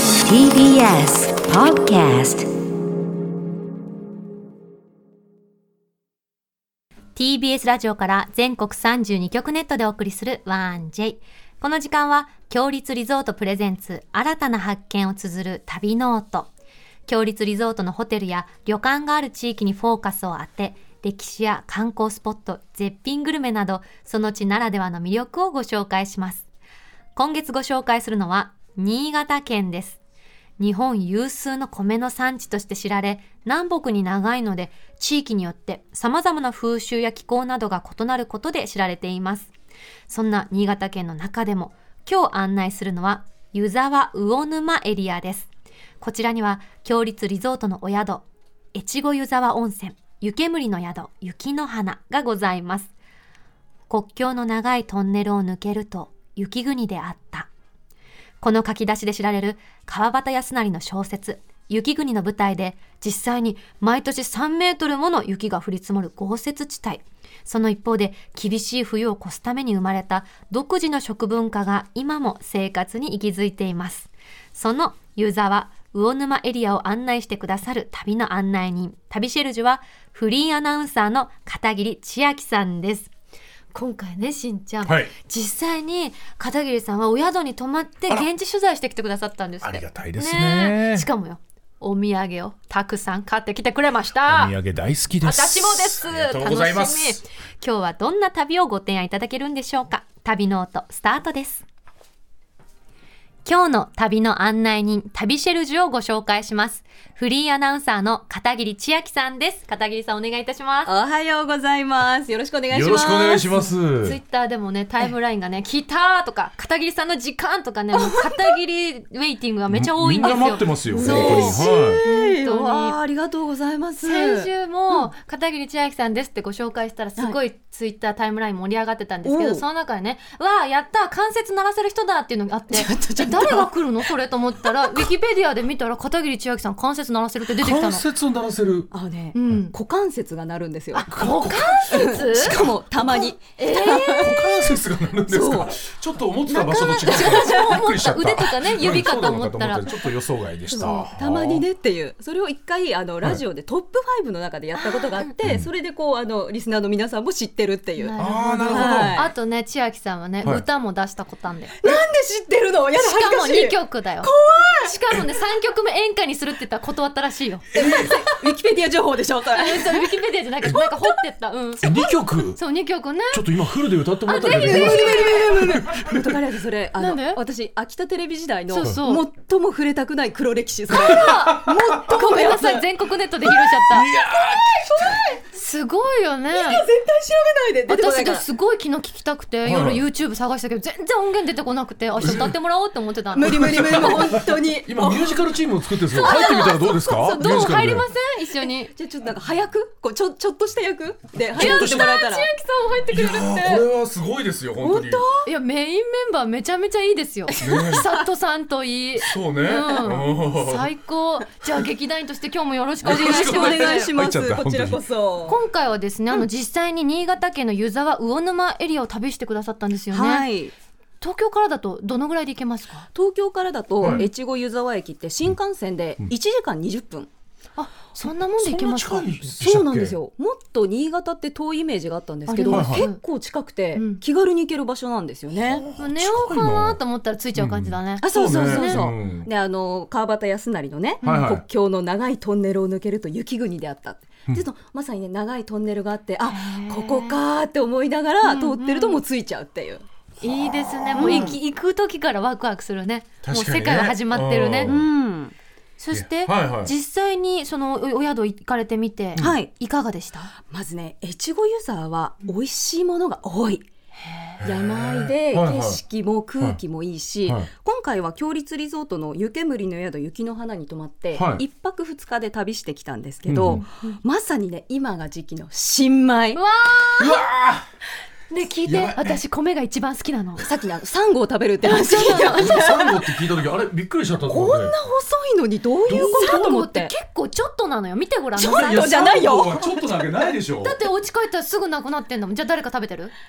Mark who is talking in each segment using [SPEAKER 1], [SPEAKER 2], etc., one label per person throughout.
[SPEAKER 1] TBS Podcast
[SPEAKER 2] TBS ラジオから全国32局ネットでお送りする 1J。この時間は、強立リゾートプレゼンツ、新たな発見を綴る旅ノート。強立リゾートのホテルや旅館がある地域にフォーカスを当て、歴史や観光スポット、絶品グルメなど、その地ならではの魅力をご紹介します。今月ご紹介するのは、新潟県です。日本有数の米の産地として知られ、南北に長いので、地域によって様々な風習や気候などが異なることで知られています。そんな新潟県の中でも、今日案内するのは、湯沢魚沼エリアです。こちらには、強立リゾートのお宿、越後湯沢温泉、湯煙の宿、雪の花がございます。国境の長いトンネルを抜けると、雪国であった。この書き出しで知られる川端康成の小説、雪国の舞台で実際に毎年3メートルもの雪が降り積もる豪雪地帯。その一方で厳しい冬を越すために生まれた独自の食文化が今も生活に息づいています。その湯沢、魚沼エリアを案内してくださる旅の案内人、旅シェルジュはフリーアナウンサーの片桐千秋さんです。今回ね、しんちゃん、
[SPEAKER 3] はい
[SPEAKER 2] 実際に片桐さんはお宿に泊まって
[SPEAKER 3] あら
[SPEAKER 2] 現地取材してきてくださったんですって
[SPEAKER 3] ありがたいですね
[SPEAKER 2] えしかもよお土産をたくさん買ってきてくれまし
[SPEAKER 3] お
[SPEAKER 2] た
[SPEAKER 3] 土産大好きです。
[SPEAKER 2] 私もです
[SPEAKER 3] ありがとうございま
[SPEAKER 2] 楽し
[SPEAKER 3] す
[SPEAKER 2] み。今日はどんな旅をご提案いただけるんでしょうか旅ノートスタートです今日の旅の案内人旅シェルジュをご紹介しますフリーアナウンサーの片桐千秋さんです片桐さんお願いいたします
[SPEAKER 4] おはようございます。よろしくお願いします。
[SPEAKER 3] よろしくお願いしま
[SPEAKER 2] ツイ
[SPEAKER 3] す
[SPEAKER 2] ッ。ターでもねタイムラインがね「来た!」とか「片桐さんの時間!」とかねもう片桐ウェイティングがめちゃ多いんですよ。
[SPEAKER 3] みんな待ってますよ。
[SPEAKER 2] そう
[SPEAKER 3] 本当には
[SPEAKER 4] す。
[SPEAKER 2] 本当に
[SPEAKER 4] わあ、ありがとうございます。
[SPEAKER 2] 先週も片桐千秋さんですってご紹介したらすごいツイッタータイムライン盛り上がってたんですけど、
[SPEAKER 4] おう
[SPEAKER 2] その中でね「うわあやった関節鳴らせる人だ」っていうのがあって
[SPEAKER 4] ちょっとちょっと
[SPEAKER 2] 誰が来るのそれと思ったらウィキペディアで見たら片桐千秋さん関節鳴らせるって出て
[SPEAKER 3] い。
[SPEAKER 2] きた
[SPEAKER 3] 関
[SPEAKER 2] の。
[SPEAKER 3] 節を鳴らせる。
[SPEAKER 4] あのね、
[SPEAKER 2] うん、
[SPEAKER 4] 股関節が鳴るんですよ。
[SPEAKER 2] 股関節
[SPEAKER 4] しかも たまに。
[SPEAKER 3] 股関節が鳴るんですか。ちょっと思ってた場所と違った。びっくりしちゃった。
[SPEAKER 2] 腕とかね
[SPEAKER 3] うん
[SPEAKER 2] 指か
[SPEAKER 3] そうな
[SPEAKER 2] と
[SPEAKER 3] の
[SPEAKER 2] 思ったら
[SPEAKER 3] とちょっと予想外でした
[SPEAKER 4] そう。たまにねっていうそれを一回あのラジオでトップ5の中でやったことがあって、それでこうあのリスナーの皆さんも知ってるっていう。なんで
[SPEAKER 3] あー。ああなるほど。
[SPEAKER 4] はい
[SPEAKER 2] あとね千秋さんはね、
[SPEAKER 3] はい
[SPEAKER 2] 歌も出したことあんだよ。
[SPEAKER 4] 知ってるの？やだ
[SPEAKER 2] しかも
[SPEAKER 4] 恥ず
[SPEAKER 2] 2
[SPEAKER 4] かしい。
[SPEAKER 2] 曲だよしかもね3曲目演歌にするって言ったら断ったらしいよ
[SPEAKER 4] ウィキペディア情報でしょ。それ
[SPEAKER 2] えそれウィキペディアじゃなくてなんか掘ってったうん
[SPEAKER 3] え二曲。
[SPEAKER 2] そう2曲ね
[SPEAKER 3] ちょっと今フルで歌ってもらったけど。
[SPEAKER 4] 元カレそれあ
[SPEAKER 2] なん
[SPEAKER 4] の
[SPEAKER 2] で
[SPEAKER 4] 私秋田テレビ時代の
[SPEAKER 2] そう
[SPEAKER 4] 最
[SPEAKER 2] そう
[SPEAKER 4] も触れたくない黒歴史それ。最も
[SPEAKER 2] ごめんなさ
[SPEAKER 4] や
[SPEAKER 2] い
[SPEAKER 4] つ
[SPEAKER 2] 全国ネットで披露しちゃったすごいよね
[SPEAKER 4] 絶対調べないで出てこな
[SPEAKER 2] 私
[SPEAKER 4] いか
[SPEAKER 2] が
[SPEAKER 4] ら
[SPEAKER 2] すごい昨日聞きたくて
[SPEAKER 3] い
[SPEAKER 2] 夜 YouTube 探したけど全然音源出てこなく て明日歌ってもらおうって思ってたの
[SPEAKER 4] 無理無理無理 もう本当に
[SPEAKER 3] 今ミュージカルチームを作ってるんですけど、入ってみたらどうです
[SPEAKER 2] そ
[SPEAKER 3] か？
[SPEAKER 2] うどうも入りま
[SPEAKER 3] ミュージカルで
[SPEAKER 2] せん一緒に
[SPEAKER 4] じゃあちょっとなんか早くこうちょちょっとした役で
[SPEAKER 3] ちょ
[SPEAKER 4] 早
[SPEAKER 3] っと
[SPEAKER 4] く
[SPEAKER 3] し
[SPEAKER 4] したてもらえたら
[SPEAKER 2] 千秋さんも入ってくれる
[SPEAKER 3] い
[SPEAKER 2] っ
[SPEAKER 3] やー
[SPEAKER 2] て
[SPEAKER 3] これはすごいですよ本当に。
[SPEAKER 2] いやメインメンバーめちゃめちゃいいですよ久人さんといい
[SPEAKER 3] そう
[SPEAKER 2] う
[SPEAKER 3] ね。
[SPEAKER 2] ん
[SPEAKER 3] うん
[SPEAKER 2] 最高じゃあ劇団員として今日もよろしくお願い
[SPEAKER 4] よろし
[SPEAKER 2] し
[SPEAKER 4] くお
[SPEAKER 2] ます
[SPEAKER 4] 願 いしま
[SPEAKER 3] 入っちゃ
[SPEAKER 4] す
[SPEAKER 3] った
[SPEAKER 4] こちらこそ
[SPEAKER 2] 今回はですね、あの実際に新潟県の湯沢魚沼エリアを旅してくださったんですよね、
[SPEAKER 4] はい
[SPEAKER 2] 東京からだとどのぐらいで行けますか
[SPEAKER 4] 東京からだと
[SPEAKER 3] はい
[SPEAKER 4] 越後湯沢駅って新幹線で1時間20分
[SPEAKER 2] あそんなもんで行けますか
[SPEAKER 3] そんな近いでしたっけ
[SPEAKER 4] そうなんですよもっと新潟って遠いイメージがあったんですけど
[SPEAKER 3] あります
[SPEAKER 4] 結構近くて
[SPEAKER 2] うん
[SPEAKER 4] 気軽に行ける場所なんですよね
[SPEAKER 2] もう寝ようかなと思ったら着いちゃう感じだね、
[SPEAKER 4] あそうそうそう
[SPEAKER 3] そ
[SPEAKER 4] そう
[SPEAKER 3] ねうん
[SPEAKER 4] うであの川端康成のね
[SPEAKER 3] はいはい
[SPEAKER 4] 国境の長いトンネルを抜けると雪国であったでそのまさにね長いトンネルがあってあここかーって思いながら通ってるともう着いちゃうっていう
[SPEAKER 2] いいですねもう行き行く時からワクワクするねもう
[SPEAKER 3] 確かにね
[SPEAKER 2] 世界は始まってるね、
[SPEAKER 3] う
[SPEAKER 4] うん
[SPEAKER 2] そして、
[SPEAKER 3] はいはい
[SPEAKER 2] 実際にそのおお宿行かれてみて、
[SPEAKER 4] はい
[SPEAKER 2] いかがでした
[SPEAKER 4] まずね越後湯沢は美味しいものが多い山あいで
[SPEAKER 3] はいはい
[SPEAKER 4] 景色も空気もいいし、
[SPEAKER 3] はいはい
[SPEAKER 4] 今回は強立リゾートの湯煙の宿雪の花に泊まって、
[SPEAKER 3] はい
[SPEAKER 4] 一泊二日で旅してきたんですけど、
[SPEAKER 3] うん
[SPEAKER 4] まさにね今が時期の新米
[SPEAKER 2] うわ
[SPEAKER 3] うわあ
[SPEAKER 2] ーね聞い
[SPEAKER 3] や
[SPEAKER 2] て
[SPEAKER 3] ばい
[SPEAKER 2] 私米が一番好きなの
[SPEAKER 4] さっきのあのサンゴを食べるって
[SPEAKER 2] そ
[SPEAKER 4] 話
[SPEAKER 2] うなの
[SPEAKER 3] 俺サンゴって聞いた時あれびっくりしちゃったと思
[SPEAKER 4] こ
[SPEAKER 3] うんね
[SPEAKER 4] な細いのにどういうことかと
[SPEAKER 2] サンゴ
[SPEAKER 4] 思
[SPEAKER 2] っ
[SPEAKER 4] ってて
[SPEAKER 2] 結構ちょっとなのよ見てごらんな
[SPEAKER 4] ちょっ
[SPEAKER 2] さい
[SPEAKER 4] とじゃない
[SPEAKER 3] サ
[SPEAKER 4] よ
[SPEAKER 3] ンゴはちょっとなわけないでしょ
[SPEAKER 2] だってお家帰ったらすぐなくなってんだもんじゃあ誰か食べてる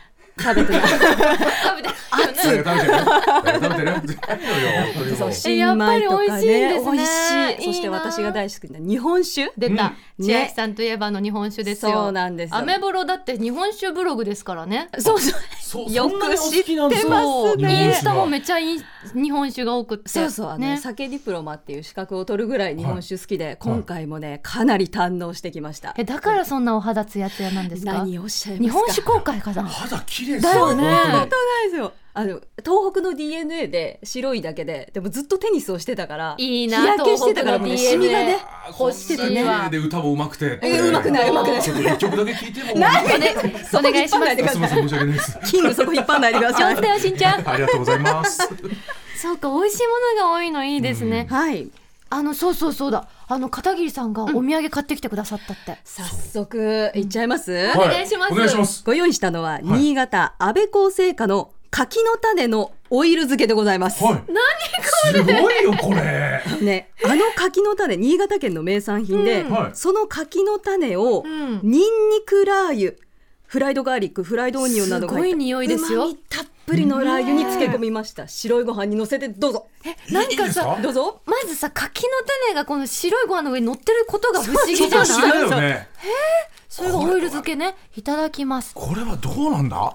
[SPEAKER 4] 食べてない
[SPEAKER 2] 食べて
[SPEAKER 3] 食べてる食べてる食べてる何よよ
[SPEAKER 4] そう
[SPEAKER 2] えやっぱり美味しいんですね
[SPEAKER 4] 美味しい
[SPEAKER 2] いいな
[SPEAKER 4] そして私が大好きな日本酒
[SPEAKER 2] 出た、
[SPEAKER 4] うん
[SPEAKER 2] 千秋さんといえばの日本酒ですよ
[SPEAKER 4] そうなんですよ
[SPEAKER 2] アメブロだって日本酒ブログですからね
[SPEAKER 4] そうそう
[SPEAKER 3] そう
[SPEAKER 4] よ
[SPEAKER 3] そ
[SPEAKER 4] く
[SPEAKER 3] んなにお好きなんです
[SPEAKER 4] 出
[SPEAKER 3] か
[SPEAKER 4] ます
[SPEAKER 2] そう
[SPEAKER 3] ね
[SPEAKER 2] インスタもめっちゃいい日本酒が多くって
[SPEAKER 4] そうそうあの、ね、酒ディプロマっていう資格を取るぐらい日本酒好きで、今回もねかなり堪能してきました、
[SPEAKER 2] えだからそんなお肌ツヤツヤなんですか
[SPEAKER 4] 何をおっしゃいますか
[SPEAKER 2] 日本酒公開かな
[SPEAKER 3] 肌綺麗
[SPEAKER 2] だよね
[SPEAKER 3] 本当に
[SPEAKER 4] そうですよあの東北の DNA で白いだけででもずっとテニスをしてたから
[SPEAKER 2] いいな
[SPEAKER 4] 日焼けしてたからもうね
[SPEAKER 2] 東北
[SPEAKER 4] シ
[SPEAKER 2] の DNA
[SPEAKER 4] ミがね
[SPEAKER 3] こ
[SPEAKER 2] 欲
[SPEAKER 3] ん
[SPEAKER 2] しいわ
[SPEAKER 3] な綺麗で歌も上手くて
[SPEAKER 4] え上手くない上手くない
[SPEAKER 3] ちょっと一曲だけ聞いても
[SPEAKER 2] お願いし
[SPEAKER 4] そこ引っ張ら
[SPEAKER 2] ま
[SPEAKER 4] な
[SPEAKER 2] す
[SPEAKER 4] いでくだ
[SPEAKER 3] すみませ
[SPEAKER 4] さ
[SPEAKER 3] ん申
[SPEAKER 4] い
[SPEAKER 3] し訳ないです
[SPEAKER 4] キングそこ引っ張らないでくださ
[SPEAKER 2] 上手
[SPEAKER 4] い
[SPEAKER 2] だよしんちゃん
[SPEAKER 3] ありがとうございます
[SPEAKER 2] そうか美味しいものが多いのいいですね、
[SPEAKER 4] はい
[SPEAKER 2] あのそうそうそうだあの片桐さんがお土産買ってきてくださったって、
[SPEAKER 4] 早速いっちゃいます、
[SPEAKER 2] お願いします
[SPEAKER 3] お願いします
[SPEAKER 4] ご用意したのは、新潟安倍厚生課の柿の種のオイル漬けでございます、
[SPEAKER 3] はい何これすごいよこれ
[SPEAKER 4] ね、あの柿の種、新潟県の名産品で、
[SPEAKER 3] うんはい
[SPEAKER 4] その柿の種を、
[SPEAKER 2] うん
[SPEAKER 4] ニンニクラー油、フライドガーリック、フライドオニオンなどが入った
[SPEAKER 2] すごい匂いですよ
[SPEAKER 4] 旨味たっぷりのラー油に漬け込みました。白いご飯に乗せてどうぞ。
[SPEAKER 2] えなん
[SPEAKER 3] いい
[SPEAKER 2] か
[SPEAKER 3] です
[SPEAKER 2] さ
[SPEAKER 3] か
[SPEAKER 4] どうぞ。
[SPEAKER 2] まずさ柿の種がこの白いご飯の上に乗ってることが不思議じゃ
[SPEAKER 3] ちょ
[SPEAKER 2] な
[SPEAKER 3] っ
[SPEAKER 2] い
[SPEAKER 3] と違うよね
[SPEAKER 2] それがオイル漬けねいただきます
[SPEAKER 3] これはどうなんだ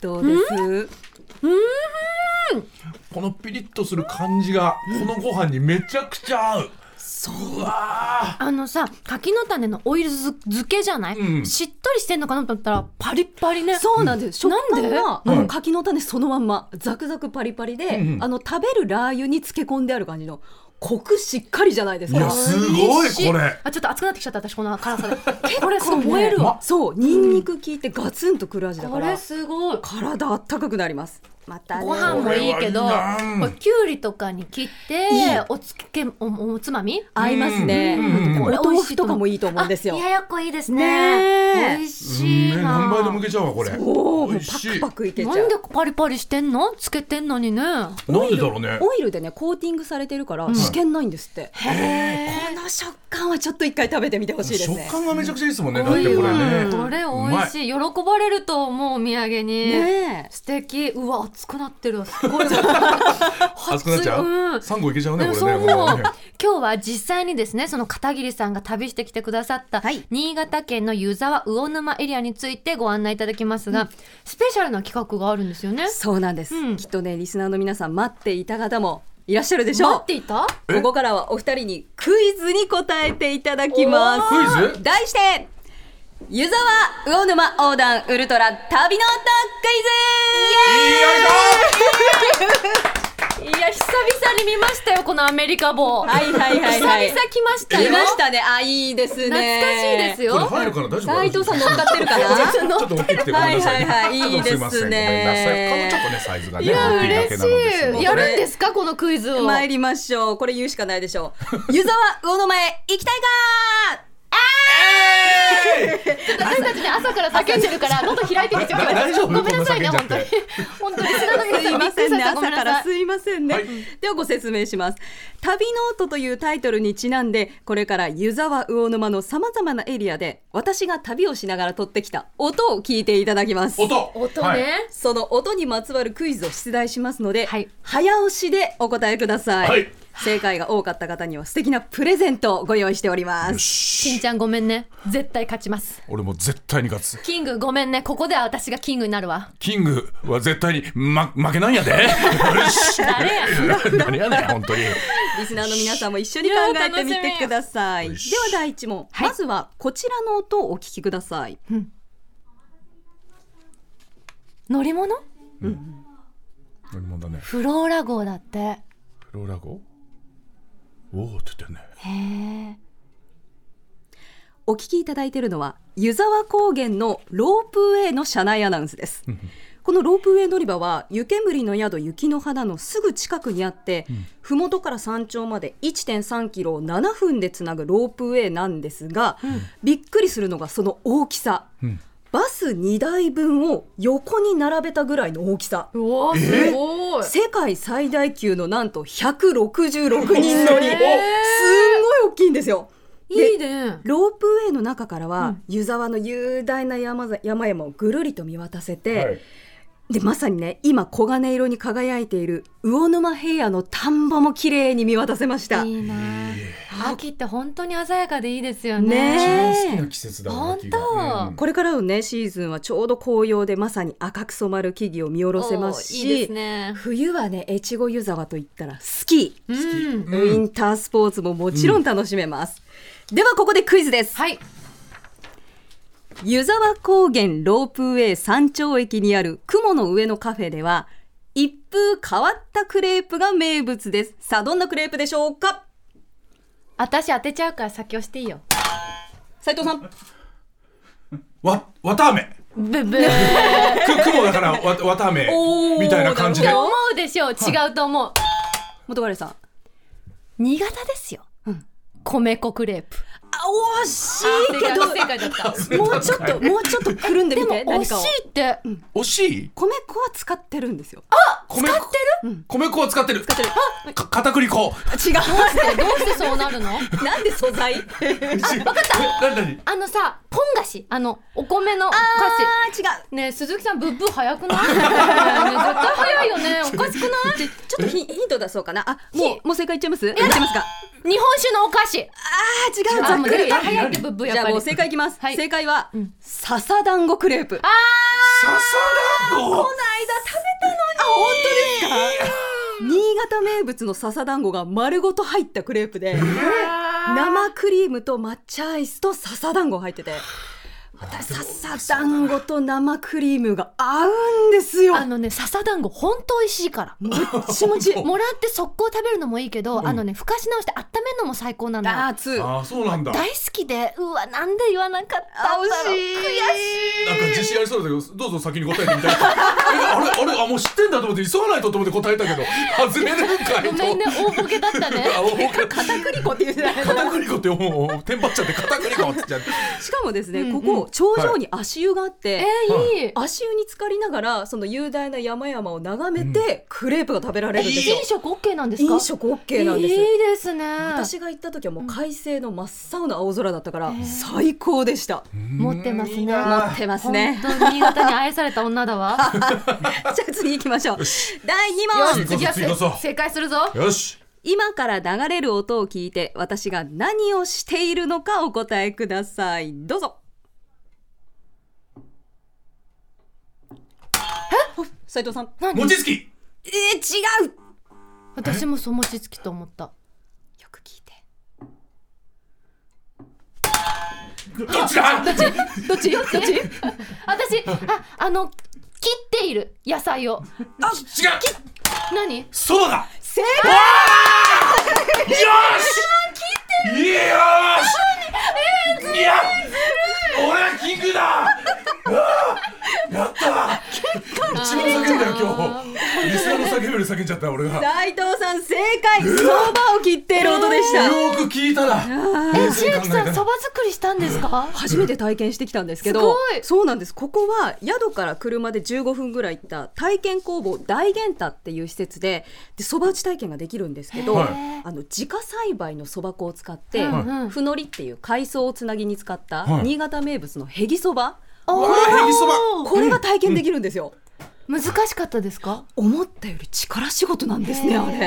[SPEAKER 4] どうです、
[SPEAKER 3] このピリッとする感じがこのご飯にめちゃくちゃ合うそうわ
[SPEAKER 2] あのさ柿の種のオイル漬けじゃない、
[SPEAKER 3] うん
[SPEAKER 2] しっとりしてんのかなと思ったらパリッパリね
[SPEAKER 4] そうなんです。食
[SPEAKER 2] なん
[SPEAKER 4] 感
[SPEAKER 2] で
[SPEAKER 4] が、あ
[SPEAKER 3] は
[SPEAKER 4] の
[SPEAKER 3] い
[SPEAKER 4] 柿の種そのまんま、ザクザクパリパリで、
[SPEAKER 3] うんうん
[SPEAKER 4] あの、食べるラー油に漬け込んである感じの、コクしっかりじゃないです
[SPEAKER 3] いや
[SPEAKER 4] か。
[SPEAKER 3] すごいこれ
[SPEAKER 2] あちょっと熱くなってきちゃった私この辛さで結構
[SPEAKER 4] これ
[SPEAKER 2] すごい燃えるわ、
[SPEAKER 3] わ
[SPEAKER 4] そう、ニンニク効いてガツンとくる味だ
[SPEAKER 2] こ
[SPEAKER 4] から
[SPEAKER 2] れ。すごい
[SPEAKER 4] 体あったかくなります。またね
[SPEAKER 2] ご飯もいいけど
[SPEAKER 3] これはいい
[SPEAKER 2] こ
[SPEAKER 3] な
[SPEAKER 2] れきゅうりとかに切っておつけおおつまみ
[SPEAKER 4] 合いますね。
[SPEAKER 3] うん
[SPEAKER 4] お豆腐とかもいいと思うんですよ
[SPEAKER 2] あ。ややこいいです
[SPEAKER 4] ね
[SPEAKER 2] ね
[SPEAKER 4] え
[SPEAKER 2] 美味
[SPEAKER 3] うん
[SPEAKER 2] しい
[SPEAKER 3] ね
[SPEAKER 2] な
[SPEAKER 3] 何倍でもいけちゃうわこれ
[SPEAKER 4] おお、
[SPEAKER 3] 美
[SPEAKER 4] もう
[SPEAKER 3] 味
[SPEAKER 4] パ
[SPEAKER 3] し
[SPEAKER 4] ク
[SPEAKER 3] い
[SPEAKER 4] パクいけちゃ
[SPEAKER 2] なんで
[SPEAKER 4] う。
[SPEAKER 2] パリパリしてんのつけてんのにね
[SPEAKER 3] なんでだろうね
[SPEAKER 4] オイルでねコーティングされてるから試験ないんですって。
[SPEAKER 2] へー
[SPEAKER 4] この食感はちょっと一回食べてみてほしいです
[SPEAKER 3] 食
[SPEAKER 4] ね。
[SPEAKER 3] 感がめちゃくちゃいいですもんねだっ
[SPEAKER 2] おい
[SPEAKER 3] てこれね
[SPEAKER 2] これ美味しい喜ばれると思うお土産に、
[SPEAKER 4] ねえ
[SPEAKER 2] 素敵うわ熱くなってるわすごい
[SPEAKER 3] 熱くなっちゃ
[SPEAKER 2] うん
[SPEAKER 3] う三個いけちゃうね
[SPEAKER 2] で
[SPEAKER 3] こ
[SPEAKER 2] も
[SPEAKER 3] れ
[SPEAKER 2] そう
[SPEAKER 3] ね
[SPEAKER 2] 思う
[SPEAKER 3] これね
[SPEAKER 2] 今日は実際にですねその片桐さんが旅してきてくださった、
[SPEAKER 4] はい
[SPEAKER 2] 新潟県の湯沢魚沼エリアについてご案内いただきますが、スペシャルな企画があるんですよね
[SPEAKER 4] そうなんです、
[SPEAKER 2] うん
[SPEAKER 4] きっとねリスナーの皆さん待っていた方もいらっしゃるでし
[SPEAKER 2] 待
[SPEAKER 4] ょ
[SPEAKER 2] っていた
[SPEAKER 4] う。ここからはお二人にクイズに答えていただきます。
[SPEAKER 3] おークイズ
[SPEAKER 4] 題して湯沢魚沼横断ウルトラ旅の音
[SPEAKER 2] いや久々に見ましたよこのアメリカ棒
[SPEAKER 4] クイズ。はいはいはいはい。
[SPEAKER 2] 久々来ましたよ
[SPEAKER 4] 来ましたね。あ、いいですね。
[SPEAKER 2] 懐かしいです
[SPEAKER 3] これ
[SPEAKER 2] よ
[SPEAKER 3] 入るから大丈夫
[SPEAKER 4] 斉藤さん乗っかってるかな
[SPEAKER 3] ちょっと大きくてごめんなさいね
[SPEAKER 4] はいはいはいいいですね
[SPEAKER 3] ちょっとすいませんごめんなさいこのちょっと ねサイズがね
[SPEAKER 2] いや
[SPEAKER 3] 大きいだ
[SPEAKER 2] 嬉
[SPEAKER 3] け
[SPEAKER 2] し
[SPEAKER 3] なので
[SPEAKER 2] い、
[SPEAKER 3] すね
[SPEAKER 2] やるんですかこのクイズを
[SPEAKER 4] 参りましょう。これ言うしかないでしょう。湯沢魚沼へ行きたいか
[SPEAKER 2] 私たちね朝から叫んでるから喉開いてるんですよ
[SPEAKER 3] だ 大丈夫
[SPEAKER 2] ごめんなさいね
[SPEAKER 3] こんな叫
[SPEAKER 2] 本
[SPEAKER 3] ん
[SPEAKER 2] 当に本当
[SPEAKER 3] じゃって
[SPEAKER 2] にリスナーの皆
[SPEAKER 4] す
[SPEAKER 2] さ
[SPEAKER 4] い
[SPEAKER 2] んび
[SPEAKER 4] ま
[SPEAKER 2] っくり
[SPEAKER 4] せん
[SPEAKER 2] させ
[SPEAKER 4] ね。
[SPEAKER 2] たごめ
[SPEAKER 4] 朝
[SPEAKER 2] ん
[SPEAKER 4] か
[SPEAKER 2] な
[SPEAKER 4] ら
[SPEAKER 2] さい
[SPEAKER 4] すいませんね。ではご説明します。旅ノートというタイトルにちなんで、これから湯沢魚沼の様々なエリアで、私が旅をしながら撮ってきた音を聞いていただきます。
[SPEAKER 3] 音
[SPEAKER 2] 音ね、
[SPEAKER 3] はい
[SPEAKER 4] その音にまつわるクイズを出題しますので、
[SPEAKER 2] はい
[SPEAKER 4] 早押しでお答えください、
[SPEAKER 3] はい
[SPEAKER 4] 正解が多かった方には素敵なプレゼントをご用意しております
[SPEAKER 2] しんちゃんごめんね絶対勝ちます
[SPEAKER 3] 俺もう絶対に勝つ
[SPEAKER 2] キングごめんねここでは私がキングになるわ
[SPEAKER 3] キングは絶対に、ま、負けないんやでよ し
[SPEAKER 2] 誰や
[SPEAKER 3] 何やねん本当に
[SPEAKER 4] リスナーの皆さんも一緒に考えてみてください
[SPEAKER 3] いやー
[SPEAKER 4] では
[SPEAKER 3] 楽しみ
[SPEAKER 4] 第一問、
[SPEAKER 2] はい
[SPEAKER 4] まずはこちらの音をお聞きください
[SPEAKER 2] 乗り物
[SPEAKER 3] 何もんだね
[SPEAKER 2] フローラ号だって
[SPEAKER 3] フローラゴおおって言ってんね
[SPEAKER 4] お聞きいただいているのは湯沢高原のロープウェイの車内アナウンスですこのロープウェイ乗り場は湯煙の宿雪の花のすぐ近くにあって、麓から山頂まで1.3キロを7分でつなぐロープウェイなんですが、びっくりするのがその大きさ、バス2台分を横に並べたぐらいの大きさ
[SPEAKER 2] うわすごい
[SPEAKER 4] 世界最大級のなんと166人乗り、
[SPEAKER 2] えー
[SPEAKER 4] すんごい大きいんですよ
[SPEAKER 2] いいね。
[SPEAKER 4] ロープウェイの中からは、湯沢の雄大な山ざ山々をぐるりと見渡せて、
[SPEAKER 3] はい
[SPEAKER 4] でまさにね今黄金色に輝いている魚沼平野の田んぼも綺麗に見渡せました。
[SPEAKER 2] いいな。秋って本当に鮮やかでいいですよ
[SPEAKER 4] ね
[SPEAKER 2] ね。
[SPEAKER 3] 一番好きな季節だわ
[SPEAKER 2] 本
[SPEAKER 3] 秋
[SPEAKER 2] 当
[SPEAKER 3] がうん
[SPEAKER 4] これからのねシーズンはちょうど紅葉でまさに赤く染まる木々を見下ろせますし
[SPEAKER 2] おーいいですね。
[SPEAKER 4] 冬はね越後湯沢といったらスキ
[SPEAKER 2] う
[SPEAKER 4] ー、
[SPEAKER 2] ん。
[SPEAKER 3] うん
[SPEAKER 4] ウィンタースポーツももちろん楽しめます、ではここでクイズです
[SPEAKER 2] はい。
[SPEAKER 4] 湯沢高原ロープウェイ山頂駅にある雲の上のカフェでは一風変わったクレープが名物ですさあどんなクレープでしょうか
[SPEAKER 2] 私当てちゃうから先押していいよ。
[SPEAKER 4] 斉藤さん
[SPEAKER 3] わわたあめ
[SPEAKER 2] ブブー。
[SPEAKER 3] く雲だからわ わたあめ
[SPEAKER 4] おー
[SPEAKER 3] みたいな感じ
[SPEAKER 2] って
[SPEAKER 3] で
[SPEAKER 2] 思うでしょう。違うと思う。
[SPEAKER 4] 元彼さんあ
[SPEAKER 2] 新潟ですよ。米粉クレープ。
[SPEAKER 4] 惜し
[SPEAKER 2] 正
[SPEAKER 4] い
[SPEAKER 2] 解
[SPEAKER 4] けど
[SPEAKER 2] 不正解だった。
[SPEAKER 4] もうちょっともうちょっとくるんでみ
[SPEAKER 2] で
[SPEAKER 4] て
[SPEAKER 2] も惜
[SPEAKER 4] 何かを
[SPEAKER 2] しいって。
[SPEAKER 3] 惜しい
[SPEAKER 4] 米粉は使ってるんですよ
[SPEAKER 3] 米粉米粉を使ってる
[SPEAKER 4] 使ってる
[SPEAKER 3] か片栗粉
[SPEAKER 4] 違う
[SPEAKER 2] どうしてそうなる の？
[SPEAKER 4] なんで素 材
[SPEAKER 3] わかった何何
[SPEAKER 2] あのさ、ポン菓子、あのお米のお菓子。
[SPEAKER 4] あー違う
[SPEAKER 2] ねえ鈴木さんブッブー早くない？ねえ絶対早いよ ね。おかしくない？
[SPEAKER 4] ちょちょっとヒヒント出そうかなあもうもう正解いっちゃいますいっちゃいますか
[SPEAKER 2] 日本酒のお菓子。
[SPEAKER 4] あ違う
[SPEAKER 2] あ、もう
[SPEAKER 4] ざっく
[SPEAKER 2] 絶
[SPEAKER 4] り
[SPEAKER 2] 対早いってブッブーや
[SPEAKER 4] じ
[SPEAKER 2] っ
[SPEAKER 4] ゃあ
[SPEAKER 2] ぱ
[SPEAKER 4] もう
[SPEAKER 2] り。
[SPEAKER 4] 正解いきます、
[SPEAKER 2] はい
[SPEAKER 4] 正解は、笹団子クレープ
[SPEAKER 3] 笹団子
[SPEAKER 4] この間食べたのにあ本当ですか新潟名物の笹団子が丸ごと入ったクレープで生クリームと抹茶アイスと笹団子入ってて私笹団子と生クリームが合うんですよ
[SPEAKER 2] あのね笹団子本当美味しいから。
[SPEAKER 4] むっちもちあ
[SPEAKER 2] もらって速攻食べるのもいいけど、あのねふかし直して温めるのも最高なのよ
[SPEAKER 4] ーつー
[SPEAKER 3] ああそうなんだなんか
[SPEAKER 2] 大好きでうわなんで言わなかったんだろう
[SPEAKER 4] 惜しい
[SPEAKER 3] 自信ありそうだけどどうぞ先に答えてみたいえあれ あれあもう知ってんだと思って急がないとと思って答えたけど外れるんかいと
[SPEAKER 2] ごめんね大ボケだったね
[SPEAKER 3] あお片
[SPEAKER 4] 片栗粉って言うじゃないですか
[SPEAKER 3] 片栗粉ってもうテンパっちゃって片栗粉って言っちゃって
[SPEAKER 4] しかもですね、ここ頂上に足湯があって、
[SPEAKER 2] えー、いい
[SPEAKER 4] 足湯に浸かりながらその雄大な山々を眺めて、クレープが食べられるんですよ
[SPEAKER 2] 飲食 OK なんですか
[SPEAKER 4] 飲食 OK なんです
[SPEAKER 2] いいですね
[SPEAKER 4] 私が行った時はもう快晴の真っ青な青空だったから最高でした、
[SPEAKER 2] 持ってますね
[SPEAKER 3] いい
[SPEAKER 4] 持
[SPEAKER 3] な
[SPEAKER 4] ってます
[SPEAKER 2] 本
[SPEAKER 4] ね
[SPEAKER 2] 当新潟に愛された女だわ
[SPEAKER 4] じゃあ次行きましょう第
[SPEAKER 2] よ
[SPEAKER 4] 2
[SPEAKER 2] し
[SPEAKER 4] 問
[SPEAKER 2] 次はせ
[SPEAKER 3] 次こそ
[SPEAKER 2] 正解するぞ
[SPEAKER 3] よし
[SPEAKER 4] 今から流れる音を聞いて私が何をしているのかお答えくださいどうぞえ斉藤さん
[SPEAKER 2] 何
[SPEAKER 3] 餅つき
[SPEAKER 4] えー、違う
[SPEAKER 2] 私もそう餅つきと思った
[SPEAKER 4] よく聞いて
[SPEAKER 3] どっちだ
[SPEAKER 2] どっちどっち私ああの切っている野菜を
[SPEAKER 3] あ違う
[SPEAKER 2] 何
[SPEAKER 3] そうだ
[SPEAKER 4] 正
[SPEAKER 3] よしいいよーしいや俺はキングだあーやった一番叫んだよ今日リスナーの叫びより叫んじゃった俺がよ
[SPEAKER 4] 解斉藤さん正解そばを切っている音でした、
[SPEAKER 3] ーく聞いたらえ
[SPEAKER 2] 千秋さんそば作りしたんですか
[SPEAKER 4] 初めて体験してきたんですけ
[SPEAKER 2] す
[SPEAKER 4] ど
[SPEAKER 2] ごい
[SPEAKER 4] そうなんですここは宿から車で15分ぐらい行った体験工房大玄太っていう施設ででそば打ち体験ができるんですけど、
[SPEAKER 3] はい
[SPEAKER 4] あの自家栽培のそば粉を使って、
[SPEAKER 2] うんうん
[SPEAKER 4] ふのりっていう海藻をつなぎに使った
[SPEAKER 3] はい
[SPEAKER 4] 新潟名物のへぎそば、
[SPEAKER 3] これへぎそば
[SPEAKER 4] これが体験できるんですよ、
[SPEAKER 2] 難しかったですか
[SPEAKER 4] 思ったより力仕事なんですねあれ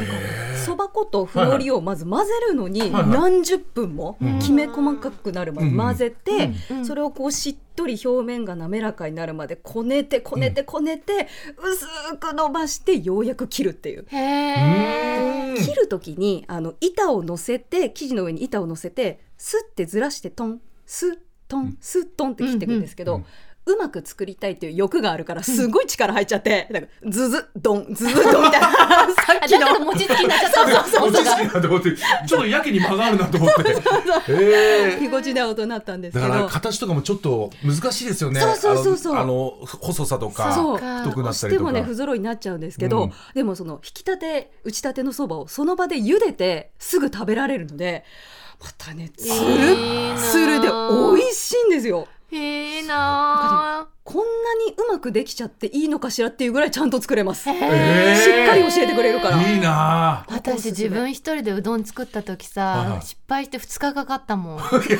[SPEAKER 2] れ
[SPEAKER 4] そば粉とふのりをまず混ぜるのに
[SPEAKER 3] はいはい
[SPEAKER 4] 何十分もきめ細かくなるまで混ぜて
[SPEAKER 2] うん
[SPEAKER 4] それをこうしっとり表面が滑らかになるまでこねてこねてこねて薄く伸ばしてようやく切るっていう。
[SPEAKER 2] へえ
[SPEAKER 4] 切る時にあの板を乗せて生地の上に板を乗せてスッてずらしてトンスットンスットンって切っていくんですけど。うまく作りたいっていう欲があるからすごい力入っちゃって、なんかズズドンズズドンみたい な さっき
[SPEAKER 2] だ
[SPEAKER 4] の
[SPEAKER 2] から餅つきになっちゃった
[SPEAKER 3] 餅つきなんて思ってちょっとやけに間があるなと思ってえー
[SPEAKER 4] ぎこちない音になったんです
[SPEAKER 3] だ
[SPEAKER 4] け
[SPEAKER 3] か
[SPEAKER 4] ど
[SPEAKER 3] ら形とかもちょっと難しいですよね
[SPEAKER 4] そうそうそうそう
[SPEAKER 3] あのあの細さとか
[SPEAKER 4] そう
[SPEAKER 3] 太くな
[SPEAKER 4] 押
[SPEAKER 3] った
[SPEAKER 4] し
[SPEAKER 3] り
[SPEAKER 4] て
[SPEAKER 3] と
[SPEAKER 4] も
[SPEAKER 3] か
[SPEAKER 4] ね不揃いになっちゃうんですけど、
[SPEAKER 3] うん
[SPEAKER 4] でもその引きたて打ちたてのそばをその場で茹でてすぐ食べられるのでまたねつる
[SPEAKER 2] いいな
[SPEAKER 4] っつるで美味しいんですよ
[SPEAKER 2] いいな
[SPEAKER 4] こんなにうまくできちゃっていいのかしらっていうぐらいちゃんと作れます、
[SPEAKER 3] えー
[SPEAKER 4] しっかり教えてくれるから、
[SPEAKER 3] いいなあ
[SPEAKER 2] 私自分一人でうどん作った時
[SPEAKER 3] はいは
[SPEAKER 2] さ
[SPEAKER 3] い
[SPEAKER 2] 失敗して2日かかったもん
[SPEAKER 3] いやそれ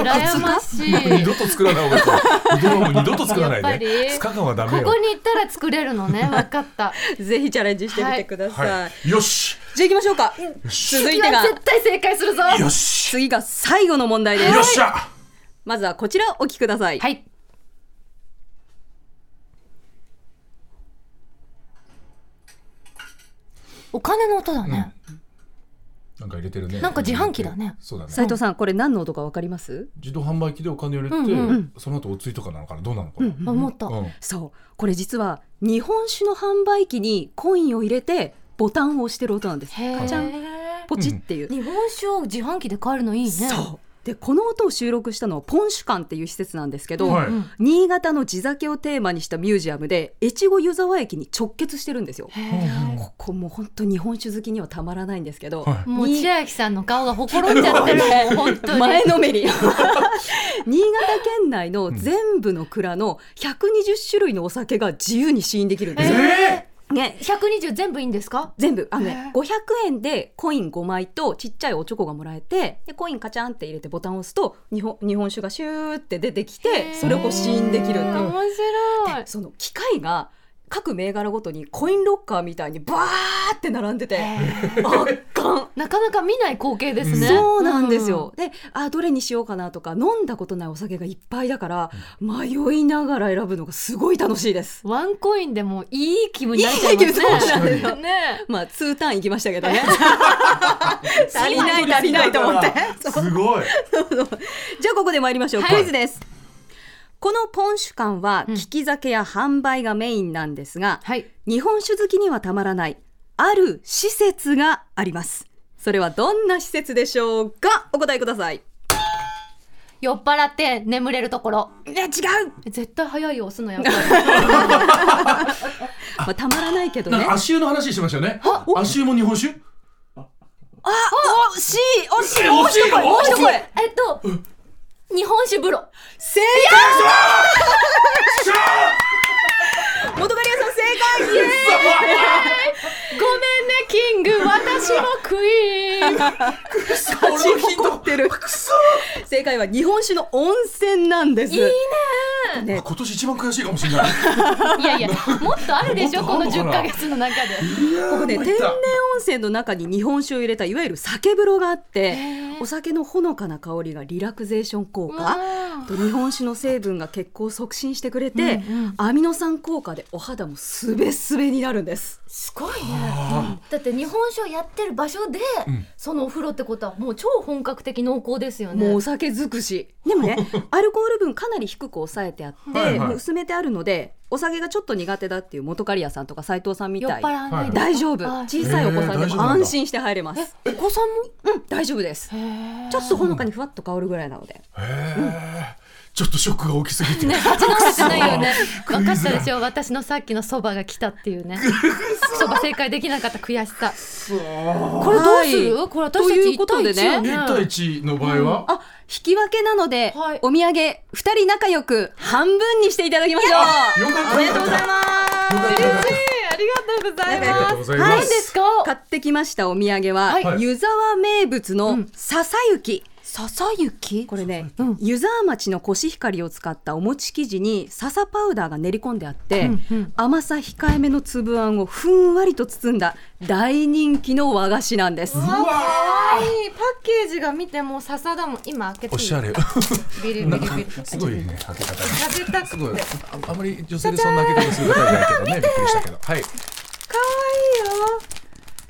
[SPEAKER 2] 羨ましい
[SPEAKER 3] 二度と作らない方がいいと思ううどんはもう二度と作らな
[SPEAKER 2] やっ
[SPEAKER 3] い
[SPEAKER 2] ぱ
[SPEAKER 3] で
[SPEAKER 2] り
[SPEAKER 3] つかがはダ
[SPEAKER 2] こ
[SPEAKER 3] メよ
[SPEAKER 2] こに行ったら作れるのね分かった
[SPEAKER 4] ぜひチャレンジしてみてください、
[SPEAKER 3] はいよし
[SPEAKER 4] じゃあ行きましょうか続いてが
[SPEAKER 2] や絶対正解するぞ
[SPEAKER 3] よし
[SPEAKER 4] 次が最後の問題です
[SPEAKER 3] よっしゃ
[SPEAKER 4] まずはこちらお聞きください、
[SPEAKER 2] はいお金の音だね、
[SPEAKER 3] なんか入れてるね
[SPEAKER 2] なんか自販機だね
[SPEAKER 3] そうだね
[SPEAKER 4] 斉藤さんこれ何の音かわかります
[SPEAKER 3] 自動販売機でお金を入れて、
[SPEAKER 2] うんう
[SPEAKER 3] その後お釣りとかなのかなどうなのかな、うん
[SPEAKER 2] 思った、
[SPEAKER 4] そうこれ実は日本酒の販売機にコインを入れてボタンを押してる音なんです
[SPEAKER 2] へ
[SPEAKER 4] カチャン
[SPEAKER 2] え
[SPEAKER 4] ポチっていう、
[SPEAKER 2] 日本酒を自販機で買えるのいいね
[SPEAKER 4] そうでこの音を収録したのはポン酒館っていう施設なんですけど、
[SPEAKER 3] はい
[SPEAKER 2] うん
[SPEAKER 4] 新潟の地酒をテーマにしたミュージアムで越後湯沢駅に直結してるんですよ。
[SPEAKER 2] へえ
[SPEAKER 4] ここもう本当日本酒好きにはたまらないんですけど、
[SPEAKER 3] は
[SPEAKER 2] もう
[SPEAKER 4] に
[SPEAKER 2] 千秋さんの顔がほころんじ ゃってるもん本当に
[SPEAKER 4] 前のめり新 潟県内の全部の蔵の120種類のお酒が自由に試飲できるんですよ。
[SPEAKER 3] え
[SPEAKER 4] ね
[SPEAKER 2] 120全部いいんですか
[SPEAKER 4] 全部あの、ね
[SPEAKER 2] へー、
[SPEAKER 4] 500円でコイン5枚とちっちゃいおチョコがもらえてでコインカチャンって入れてボタンを押すと日本日本酒がシューって出てきてそれをこう試飲できるって
[SPEAKER 2] へえ
[SPEAKER 4] いう
[SPEAKER 2] 面白い
[SPEAKER 4] その機械が各銘柄ごとにコインロッカーみたいにバーって並んでて圧巻
[SPEAKER 2] なかなか見ない光景ですね
[SPEAKER 4] そうなんですよ、であどれにしようかなとか飲んだことないお酒がいっぱいだから迷いながら選ぶのがすごい楽しいです。
[SPEAKER 2] ワンコインでもいい気分になっちゃいますね。
[SPEAKER 4] いい気分そうなん
[SPEAKER 3] ですよ
[SPEAKER 2] ねえ
[SPEAKER 4] まあ、2ターン行きましたけ どね足りない足りないと思って
[SPEAKER 3] すごい
[SPEAKER 4] じゃあここで参りましょう、
[SPEAKER 2] はい
[SPEAKER 4] クイズですこのポン酒館は
[SPEAKER 2] うん
[SPEAKER 4] 利き酒や販売がメインなんですが、
[SPEAKER 2] はい。
[SPEAKER 4] 日本酒好きにはたまらないある施設がありますそれはどんな施設でしょうかお答えください
[SPEAKER 2] 酔っ払って眠れるところ。
[SPEAKER 4] いや違う、
[SPEAKER 2] 絶対早いよ、押すのや っぱり。
[SPEAKER 4] まあ、たまらないけど
[SPEAKER 3] なん
[SPEAKER 4] ね
[SPEAKER 3] か足湯の話してましたよね
[SPEAKER 4] お
[SPEAKER 3] 足湯も日本酒
[SPEAKER 4] お惜しい惜しい
[SPEAKER 3] 惜しいの
[SPEAKER 4] もう一声
[SPEAKER 2] えっと、日本酒風呂。
[SPEAKER 4] 正
[SPEAKER 3] しゃ
[SPEAKER 4] 解元刈谷さん正解
[SPEAKER 2] ごめんね、キング。私もクイーン。
[SPEAKER 4] 勝ち誇ってる正解は日本酒の温泉なんですいいね
[SPEAKER 3] ー今年一番悔しいかもしれ ない
[SPEAKER 2] いやいや、もっとあるでしょ、
[SPEAKER 3] も
[SPEAKER 2] こ
[SPEAKER 3] っと
[SPEAKER 2] の
[SPEAKER 3] あ
[SPEAKER 2] 10ヶ
[SPEAKER 3] るのかな
[SPEAKER 2] 月の中で。
[SPEAKER 4] ここね天然温泉の中に日本酒を入れたいわゆる酒風呂があって
[SPEAKER 2] へー
[SPEAKER 4] お酒のほのかな香りがリラクゼーション効果
[SPEAKER 2] うん
[SPEAKER 4] あと日本酒の成分が血行を促進してくれて、
[SPEAKER 2] うんうん
[SPEAKER 4] アミノ酸効果でお肌もすべすべになるんです
[SPEAKER 2] すごいね。だって日本酒をやってる場所で、そのお風呂ってことは、もう超本格的濃厚ですよね。
[SPEAKER 4] もうお酒尽くしでもね アルコール分かなり低く抑えてあって、
[SPEAKER 3] はいはい
[SPEAKER 4] もう薄めてあるのでお酒がちょっと苦手だっていう元刈谷さんとか斉藤さんみ
[SPEAKER 2] 酔った
[SPEAKER 4] い
[SPEAKER 2] 払わないで
[SPEAKER 4] 大丈夫
[SPEAKER 2] あ
[SPEAKER 4] 小さいお子さん
[SPEAKER 3] へー大
[SPEAKER 4] で
[SPEAKER 3] 丈夫なん
[SPEAKER 4] も
[SPEAKER 3] だ
[SPEAKER 4] 安心して入れます
[SPEAKER 2] お子さんも
[SPEAKER 4] うん大丈夫ですちょっとほのかにふわっと香るぐらいなので
[SPEAKER 3] へーちょっとショックが大きすぎて
[SPEAKER 2] ね、立ち直れてないよ ね。分かったでしょ、私のさっきのそばが来たっていうね。そば正解できなかった悔しさ。これどうする、
[SPEAKER 4] は
[SPEAKER 2] これ私たち一対一よ
[SPEAKER 4] と
[SPEAKER 2] ね
[SPEAKER 3] 1。対1の場合は
[SPEAKER 4] あ、引き分けなので、
[SPEAKER 2] はい
[SPEAKER 4] お土産二人仲良く半分にしていただきましょう。
[SPEAKER 3] よかった
[SPEAKER 4] おめでとうございます。
[SPEAKER 3] よかった
[SPEAKER 2] ありがとうござい
[SPEAKER 3] ありが
[SPEAKER 2] ます
[SPEAKER 3] とう。ございま
[SPEAKER 2] 何ですすか。
[SPEAKER 4] 買ってきましたお土産は、
[SPEAKER 2] はい
[SPEAKER 4] 湯沢名物
[SPEAKER 2] う
[SPEAKER 4] の
[SPEAKER 2] ん
[SPEAKER 4] 笹雪。
[SPEAKER 2] 笹雪。
[SPEAKER 4] これね、
[SPEAKER 2] うん
[SPEAKER 4] 湯沢町のコシヒカリを使ったお餅生地に笹パウダーが練り込んであって、
[SPEAKER 2] うんうん
[SPEAKER 4] 甘さ控えめの粒あんをふんわりと包んだ大人気の和菓子なんです。
[SPEAKER 3] うわ
[SPEAKER 2] いいパッケージが見てもう笹だもん。今開けて
[SPEAKER 3] ーおしゃれ
[SPEAKER 2] ビリ
[SPEAKER 3] な
[SPEAKER 2] ビ
[SPEAKER 3] ん
[SPEAKER 2] リ
[SPEAKER 3] か
[SPEAKER 2] ビリ。
[SPEAKER 3] すごいね開け方
[SPEAKER 2] 食べたく
[SPEAKER 3] すごいああまり女性でそんな開け方する方いないけどねびっくりしたけどはい
[SPEAKER 2] 可愛いよ。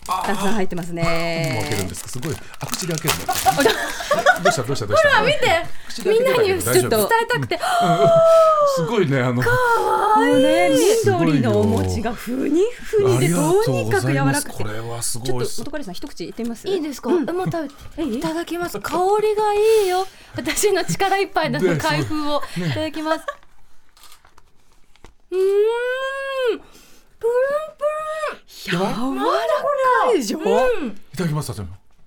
[SPEAKER 4] たくさん入ってます
[SPEAKER 3] もう開けるん
[SPEAKER 4] ね
[SPEAKER 3] で。すかすごいあ口で開けるのどうしたどうしたどうしたほら見
[SPEAKER 2] てみんなにちょっと伝えたくて。
[SPEAKER 3] すごいねあの
[SPEAKER 4] もうね
[SPEAKER 3] すごいよ
[SPEAKER 4] 緑のお餅がふにふにでとにかく柔らかくて
[SPEAKER 3] これはす
[SPEAKER 4] ちょっ
[SPEAKER 3] ごいっ
[SPEAKER 4] と
[SPEAKER 3] す
[SPEAKER 4] 元刈さん一口いってみます
[SPEAKER 2] いいですか。もう食べ
[SPEAKER 4] えい
[SPEAKER 2] いただきます。香りがいいよ。私の力いっぱいの
[SPEAKER 3] で
[SPEAKER 2] 開封をいただきます。うーん。プ
[SPEAKER 4] 柔らかいでしょ、
[SPEAKER 3] いただきますいい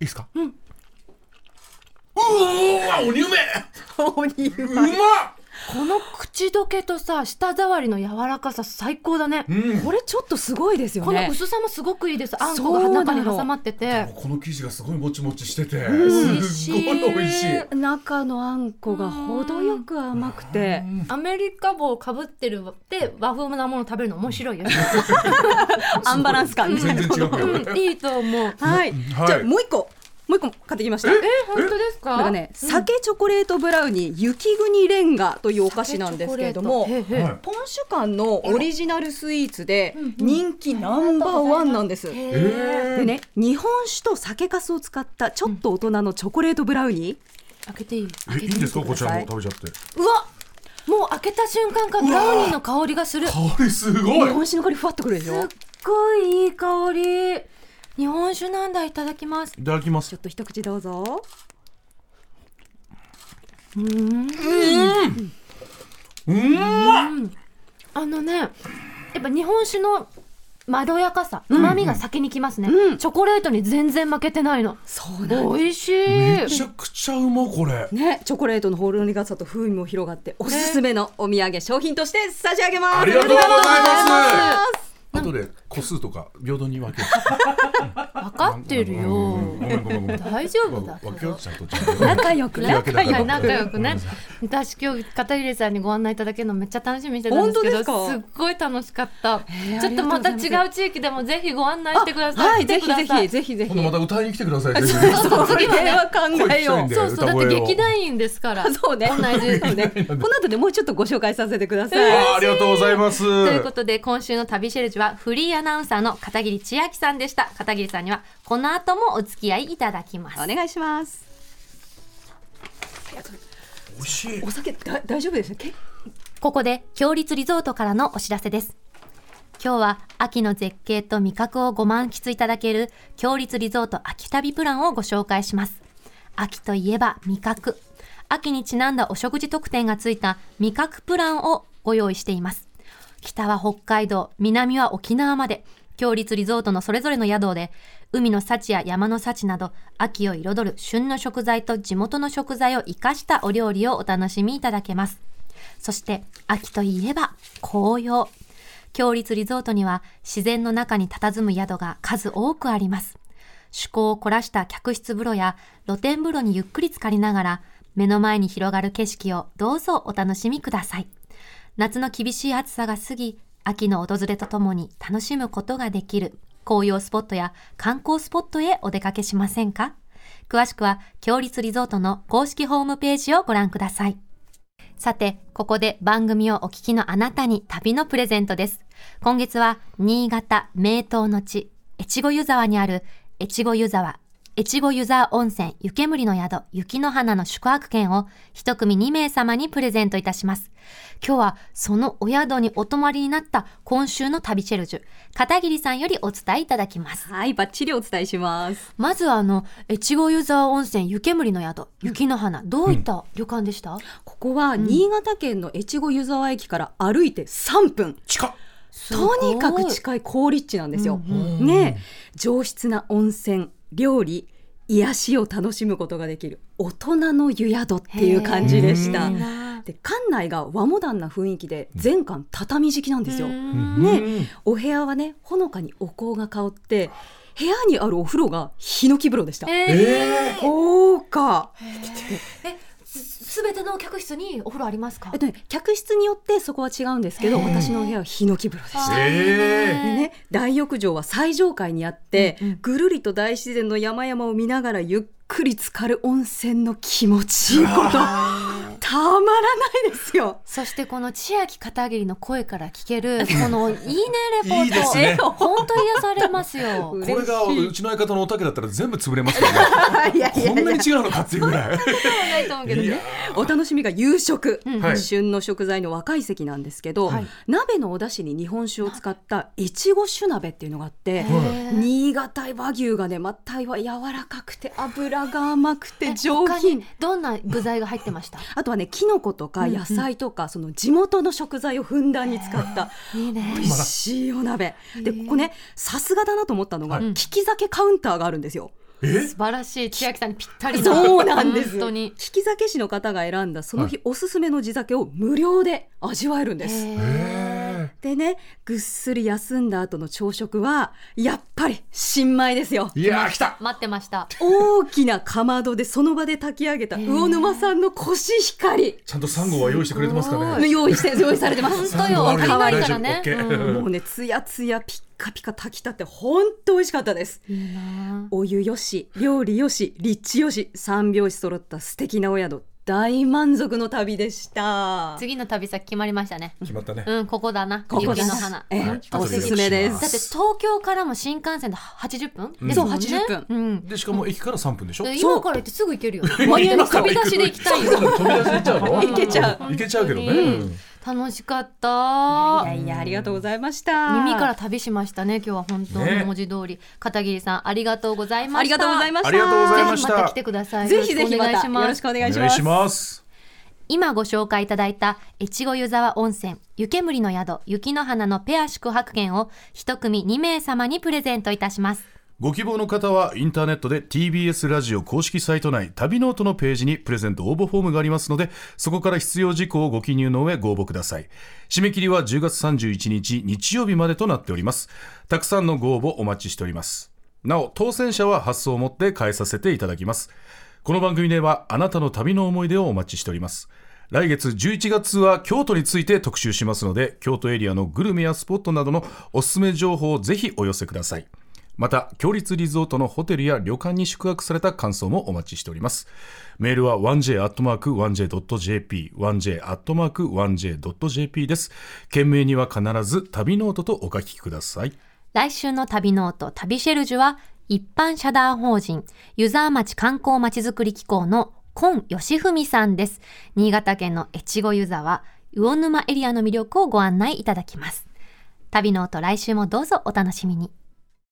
[SPEAKER 3] ですかうんうおーわ鬼うめえ
[SPEAKER 4] お肉
[SPEAKER 3] うまっ
[SPEAKER 2] ルン。この口
[SPEAKER 5] 口どけとさ舌触りの柔らかさ最高だね、
[SPEAKER 3] うん
[SPEAKER 4] これちょっとすごいですよ
[SPEAKER 5] この
[SPEAKER 4] ね
[SPEAKER 5] 薄さもすごくいいですあんこが中に挟まってて
[SPEAKER 3] この生地がすごいもちもちしてて、
[SPEAKER 5] ん
[SPEAKER 3] すっごい美味しい。
[SPEAKER 4] 中のあんこが程よく甘くて
[SPEAKER 5] アメリカ帽をかぶってるって和風なもの食べるの面白いよね、
[SPEAKER 4] アンバランス感
[SPEAKER 3] 全然違うよ。
[SPEAKER 5] うん、いいと思う
[SPEAKER 4] はい、
[SPEAKER 3] はい
[SPEAKER 4] じゃあもう一個もう一個買ってきました
[SPEAKER 5] え本当ですか
[SPEAKER 4] これがね、酒チョコレートブラウニー雪国レンガというお菓子なんですけれども
[SPEAKER 5] チョコレートへーへー
[SPEAKER 3] はい
[SPEAKER 4] ポンシュ館のオリジナルスイーツで
[SPEAKER 5] うんうん
[SPEAKER 4] 人気ナンバーワンなんです。
[SPEAKER 5] へー
[SPEAKER 3] え
[SPEAKER 4] でね、日本酒と酒粕を使ったちょっと大人のチョコレートブラウニ
[SPEAKER 5] 開けていい
[SPEAKER 3] え、いいんですか、こちらも
[SPEAKER 4] 開けてみてく
[SPEAKER 3] 食
[SPEAKER 4] ださ
[SPEAKER 3] べちゃって。
[SPEAKER 5] うわもう開けた瞬間からブラウニーの香りがするすっ
[SPEAKER 3] 香りす
[SPEAKER 4] ー、
[SPEAKER 3] ごい
[SPEAKER 4] 日。本酒の香りふわっとくるでしょ。
[SPEAKER 5] ごいいい香り日本酒なんだいただきます
[SPEAKER 3] いただきます
[SPEAKER 4] ちょっ。と一口どうぞ。
[SPEAKER 3] うん、まっ。
[SPEAKER 5] あのねやっぱ日本酒のまろやかさうまみが先にきますね、
[SPEAKER 4] うん
[SPEAKER 5] チョコレートに全然負けてないの
[SPEAKER 4] そうなん
[SPEAKER 5] 美味し
[SPEAKER 3] め
[SPEAKER 5] い
[SPEAKER 3] ちゃくちゃうまこれ。
[SPEAKER 4] ね、チョコレートのほろ苦さと風味も広がっておすすめのお土産商品として差し上げます。。
[SPEAKER 3] ありがとうございます後で個数とか平等に分ける。
[SPEAKER 5] 分かってる
[SPEAKER 3] う
[SPEAKER 5] よ
[SPEAKER 3] んごめんごめんごめん。
[SPEAKER 5] 大丈夫だ
[SPEAKER 3] わ分けようちゃんとちゃんと。
[SPEAKER 4] 仲良くね。
[SPEAKER 3] 分け
[SPEAKER 5] 仲
[SPEAKER 3] だ
[SPEAKER 5] 良
[SPEAKER 3] か
[SPEAKER 5] く
[SPEAKER 3] ら
[SPEAKER 5] 仲良くね私今日片入さんにご案内いただけるのめっちゃ楽しみにしてたんですけど
[SPEAKER 4] 本当です
[SPEAKER 5] っごい楽しかった、
[SPEAKER 4] ー
[SPEAKER 5] ちょっとまた
[SPEAKER 4] ありがとうござい
[SPEAKER 5] 違う地域でもぜひご案内してください
[SPEAKER 4] はい、
[SPEAKER 5] 来て
[SPEAKER 4] ぜ
[SPEAKER 5] く
[SPEAKER 4] ひ
[SPEAKER 5] ださ
[SPEAKER 4] ぜ
[SPEAKER 5] い
[SPEAKER 4] ひぜひぜひ。
[SPEAKER 3] 今度また歌いに来てください。ぜひ
[SPEAKER 5] そうそう次はね
[SPEAKER 4] 考えよう。
[SPEAKER 5] そうそうだって劇。団員ですから
[SPEAKER 4] あそうね。
[SPEAKER 5] 同じ
[SPEAKER 4] そうね。この後でもうちょっとご紹介させてください。
[SPEAKER 3] あありがとうございます。
[SPEAKER 5] ということで今週の旅シェルジュはフリーアナウンサーの片桐千秋さんでした片桐さんにはこの後もお付き合いいただきます
[SPEAKER 4] お願いします。
[SPEAKER 3] 美味しい。
[SPEAKER 4] お酒だ大丈夫ですね。
[SPEAKER 2] ここで、強立リゾートからのお知らせです。今日は秋の絶景と味覚をご満喫いただける強立リゾート秋旅プランをご紹介します。秋といえば味覚。秋にちなんだお食事特典がついた味覚プランをご用意しています。北は北海道、南は沖縄まで、強立リゾートのそれぞれの宿で、海の幸や山の幸など、秋を彩る旬の食材と地元の食材を生かしたお料理をお楽しみいただけます。そして、秋といえば紅葉。強立リゾートには自然の中に佇む宿が数多くあります。趣向を凝らした客室風呂や露天風呂にゆっくり浸かりながら、目の前に広がる景色をどうぞお楽しみください。夏の厳しい暑さが過ぎ、秋の訪れとともに楽しむことができる紅葉スポットや観光スポットへお出かけしませんか詳しくは、強立リゾートの公式ホームページをご覧ください。さて、ここで番組をお聞きのあなたに旅のプレゼントです。今月は、新潟名東の地、越後湯沢にある、越後湯沢、越後湯沢温泉湯煙の宿、雪の花の宿泊券を一組2名様にプレゼントいたします。今日は、そのお宿にお泊まりになった今週の旅シェルジュ、片桐さんよりお伝えいただきます。
[SPEAKER 4] はい、バッチリお伝えします。
[SPEAKER 2] まずは、あの、越後湯沢温泉湯煙の宿、雪の花、どういった旅館でした、
[SPEAKER 4] ここは新潟県の越後湯沢駅から歩いて3分。
[SPEAKER 3] 近っ。
[SPEAKER 4] とにかく近い好立地なんですよ。
[SPEAKER 3] んうん
[SPEAKER 4] ねえ上質な温泉、料理、癒しを楽しむことができる大人の湯宿っていう感じでした。で館内が和モダンな雰囲気で全館畳敷きなんですよ。ねお部屋はねほのかにお香が香って部屋にあるお風呂がヒノキ風呂でした。
[SPEAKER 5] えー
[SPEAKER 3] ええ。
[SPEAKER 4] そうか、
[SPEAKER 5] すべての客室にお風呂ありますか
[SPEAKER 4] えっとね、客室によってそこは違うんですけど、私のお部屋はヒノキ風呂でした。
[SPEAKER 3] え
[SPEAKER 4] でね、大浴場は最上階にあって、ぐるりと大自然の山々を見ながらゆっくり浸かる温泉の気持ちいいことたまらないですよ。
[SPEAKER 2] そしてこの千秋片桐の声から聞け るこのいいねレポ
[SPEAKER 3] いいで
[SPEAKER 2] ー
[SPEAKER 3] す
[SPEAKER 2] ト
[SPEAKER 3] ね
[SPEAKER 2] 本当に癒されます よ
[SPEAKER 3] これが
[SPEAKER 4] 嬉しいう
[SPEAKER 3] ちの相方のおたけだったら全部潰れますけどね。
[SPEAKER 4] いやいや
[SPEAKER 3] こん
[SPEAKER 4] い
[SPEAKER 3] な
[SPEAKER 4] や
[SPEAKER 3] に違うのかっていうぐらい。
[SPEAKER 5] ないと思うけど
[SPEAKER 3] い
[SPEAKER 5] ね
[SPEAKER 3] や
[SPEAKER 4] お楽しみが夕食、
[SPEAKER 3] はい
[SPEAKER 4] 旬の食材の若い席なんですけど、
[SPEAKER 5] はい
[SPEAKER 4] 鍋のお出汁に日本酒を使った越後酒鍋っていうのがあって、新潟和牛がねまたは柔らかくて脂が甘くて上
[SPEAKER 5] 他
[SPEAKER 4] 品
[SPEAKER 5] にどんな具材が入ってました
[SPEAKER 4] あとはねキノコとか野菜とか、その地元の食材をふんだんに使った
[SPEAKER 5] いいね
[SPEAKER 4] 美味しいお鍋でここねさすがだなと思ったのが、利き酒カウンターがあるんですよ。
[SPEAKER 3] え
[SPEAKER 6] え
[SPEAKER 2] 素晴らしい千秋さんにぴったりな
[SPEAKER 4] そうなんです
[SPEAKER 2] 本当に
[SPEAKER 4] 利き酒師の方が選んだその日おすすめの地酒を無料で味わえるんです、
[SPEAKER 6] え
[SPEAKER 4] でねぐっすり休んだ後の朝食はやっぱり新米ですよ
[SPEAKER 6] ー、いやー来た
[SPEAKER 2] 待ってました
[SPEAKER 4] 大きなかまどでその場で炊き上げた魚沼産のコシヒカリ
[SPEAKER 6] ちゃんとサンゴは用意してくれてますか
[SPEAKER 4] の
[SPEAKER 6] ね
[SPEAKER 4] 用意して用意されてます
[SPEAKER 2] 本
[SPEAKER 6] サ
[SPEAKER 2] 当
[SPEAKER 6] ンゴ
[SPEAKER 2] よ
[SPEAKER 6] ある
[SPEAKER 2] 足り
[SPEAKER 6] よ
[SPEAKER 2] ない
[SPEAKER 6] 大丈
[SPEAKER 2] か
[SPEAKER 6] 夫
[SPEAKER 2] らね
[SPEAKER 6] OK
[SPEAKER 4] もうねつやつやピッカピカ炊きたって本当美味しかったです
[SPEAKER 2] うんいいな
[SPEAKER 4] お湯よし料理よし立地よし三拍子揃った素敵なお宿大満足の旅でした
[SPEAKER 2] 次の旅先決まりましたね
[SPEAKER 6] 決まったね
[SPEAKER 2] うんここだな
[SPEAKER 4] ここ
[SPEAKER 2] 雪
[SPEAKER 4] で
[SPEAKER 2] の
[SPEAKER 4] す
[SPEAKER 2] 花
[SPEAKER 4] ええ
[SPEAKER 6] はい
[SPEAKER 4] おすすめで
[SPEAKER 2] だって
[SPEAKER 4] す
[SPEAKER 2] 東京からも新幹線で80分、
[SPEAKER 6] うん
[SPEAKER 2] ですもんね
[SPEAKER 4] そう80
[SPEAKER 2] う
[SPEAKER 4] 分
[SPEAKER 2] ん
[SPEAKER 6] でしかも駅から3分でしょ
[SPEAKER 2] で
[SPEAKER 6] い
[SPEAKER 2] 今から行ってすぐ行けるよ
[SPEAKER 6] 今
[SPEAKER 2] 割と飛び出しで行きたいよ
[SPEAKER 6] 飛び出しで行っちゃうの
[SPEAKER 4] 行けちゃ
[SPEAKER 6] 行けちゃうけどね、
[SPEAKER 2] うん
[SPEAKER 6] うん
[SPEAKER 2] 楽しかった
[SPEAKER 4] いやいやありがとうございました
[SPEAKER 2] 耳から旅しましたね今日は本当
[SPEAKER 6] ね
[SPEAKER 2] に文字通り、片桐さんありがとうございました
[SPEAKER 4] ありがとうございました
[SPEAKER 6] ありがとうございまし
[SPEAKER 2] ぜひ
[SPEAKER 6] た
[SPEAKER 2] また来てください
[SPEAKER 4] ぜひぜひ
[SPEAKER 2] よろ
[SPEAKER 4] ま
[SPEAKER 2] しくお願いし
[SPEAKER 4] たよ
[SPEAKER 2] ま
[SPEAKER 4] ろ
[SPEAKER 2] す
[SPEAKER 4] しくお
[SPEAKER 6] お
[SPEAKER 4] 願
[SPEAKER 6] 願
[SPEAKER 4] い
[SPEAKER 6] い
[SPEAKER 4] し
[SPEAKER 6] し
[SPEAKER 4] ま
[SPEAKER 6] ますす
[SPEAKER 2] 今ご紹介いただいた越後湯沢温泉湯煙の宿雪の花のペア宿泊券を一組2名様にプレゼントいたします
[SPEAKER 3] ご希望の方はインターネットで TBS ラジオ公式サイト内旅ノートのページにプレゼント応募フォームがありますのでそこから必要事項をご記入の上ご応募ください締め切りは10月31日日曜日までとなっておりますたくさんのご応募お待ちしておりますなお当選者は発送をもって返させていただきますこの番組ではあなたの旅の思い出をお待ちしております来月11月は京都について特集しますので京都エリアのグルメやスポットなどのおすすめ情報をぜひお寄せくださいまた強立リゾートのホテルや旅館に宿泊された感想もお待ちしておりますメールは 1j.1j.jp 1j.1j.jp です件名には必ず旅ノートとお書きください
[SPEAKER 2] 来週の旅ノート旅シェルジュは一般社団法人湯沢町観光まちづくり機構の今義文さんです新潟県の越後湯沢魚沼エリアの魅力をご案内いただきます旅ノート来週もどうぞお楽しみに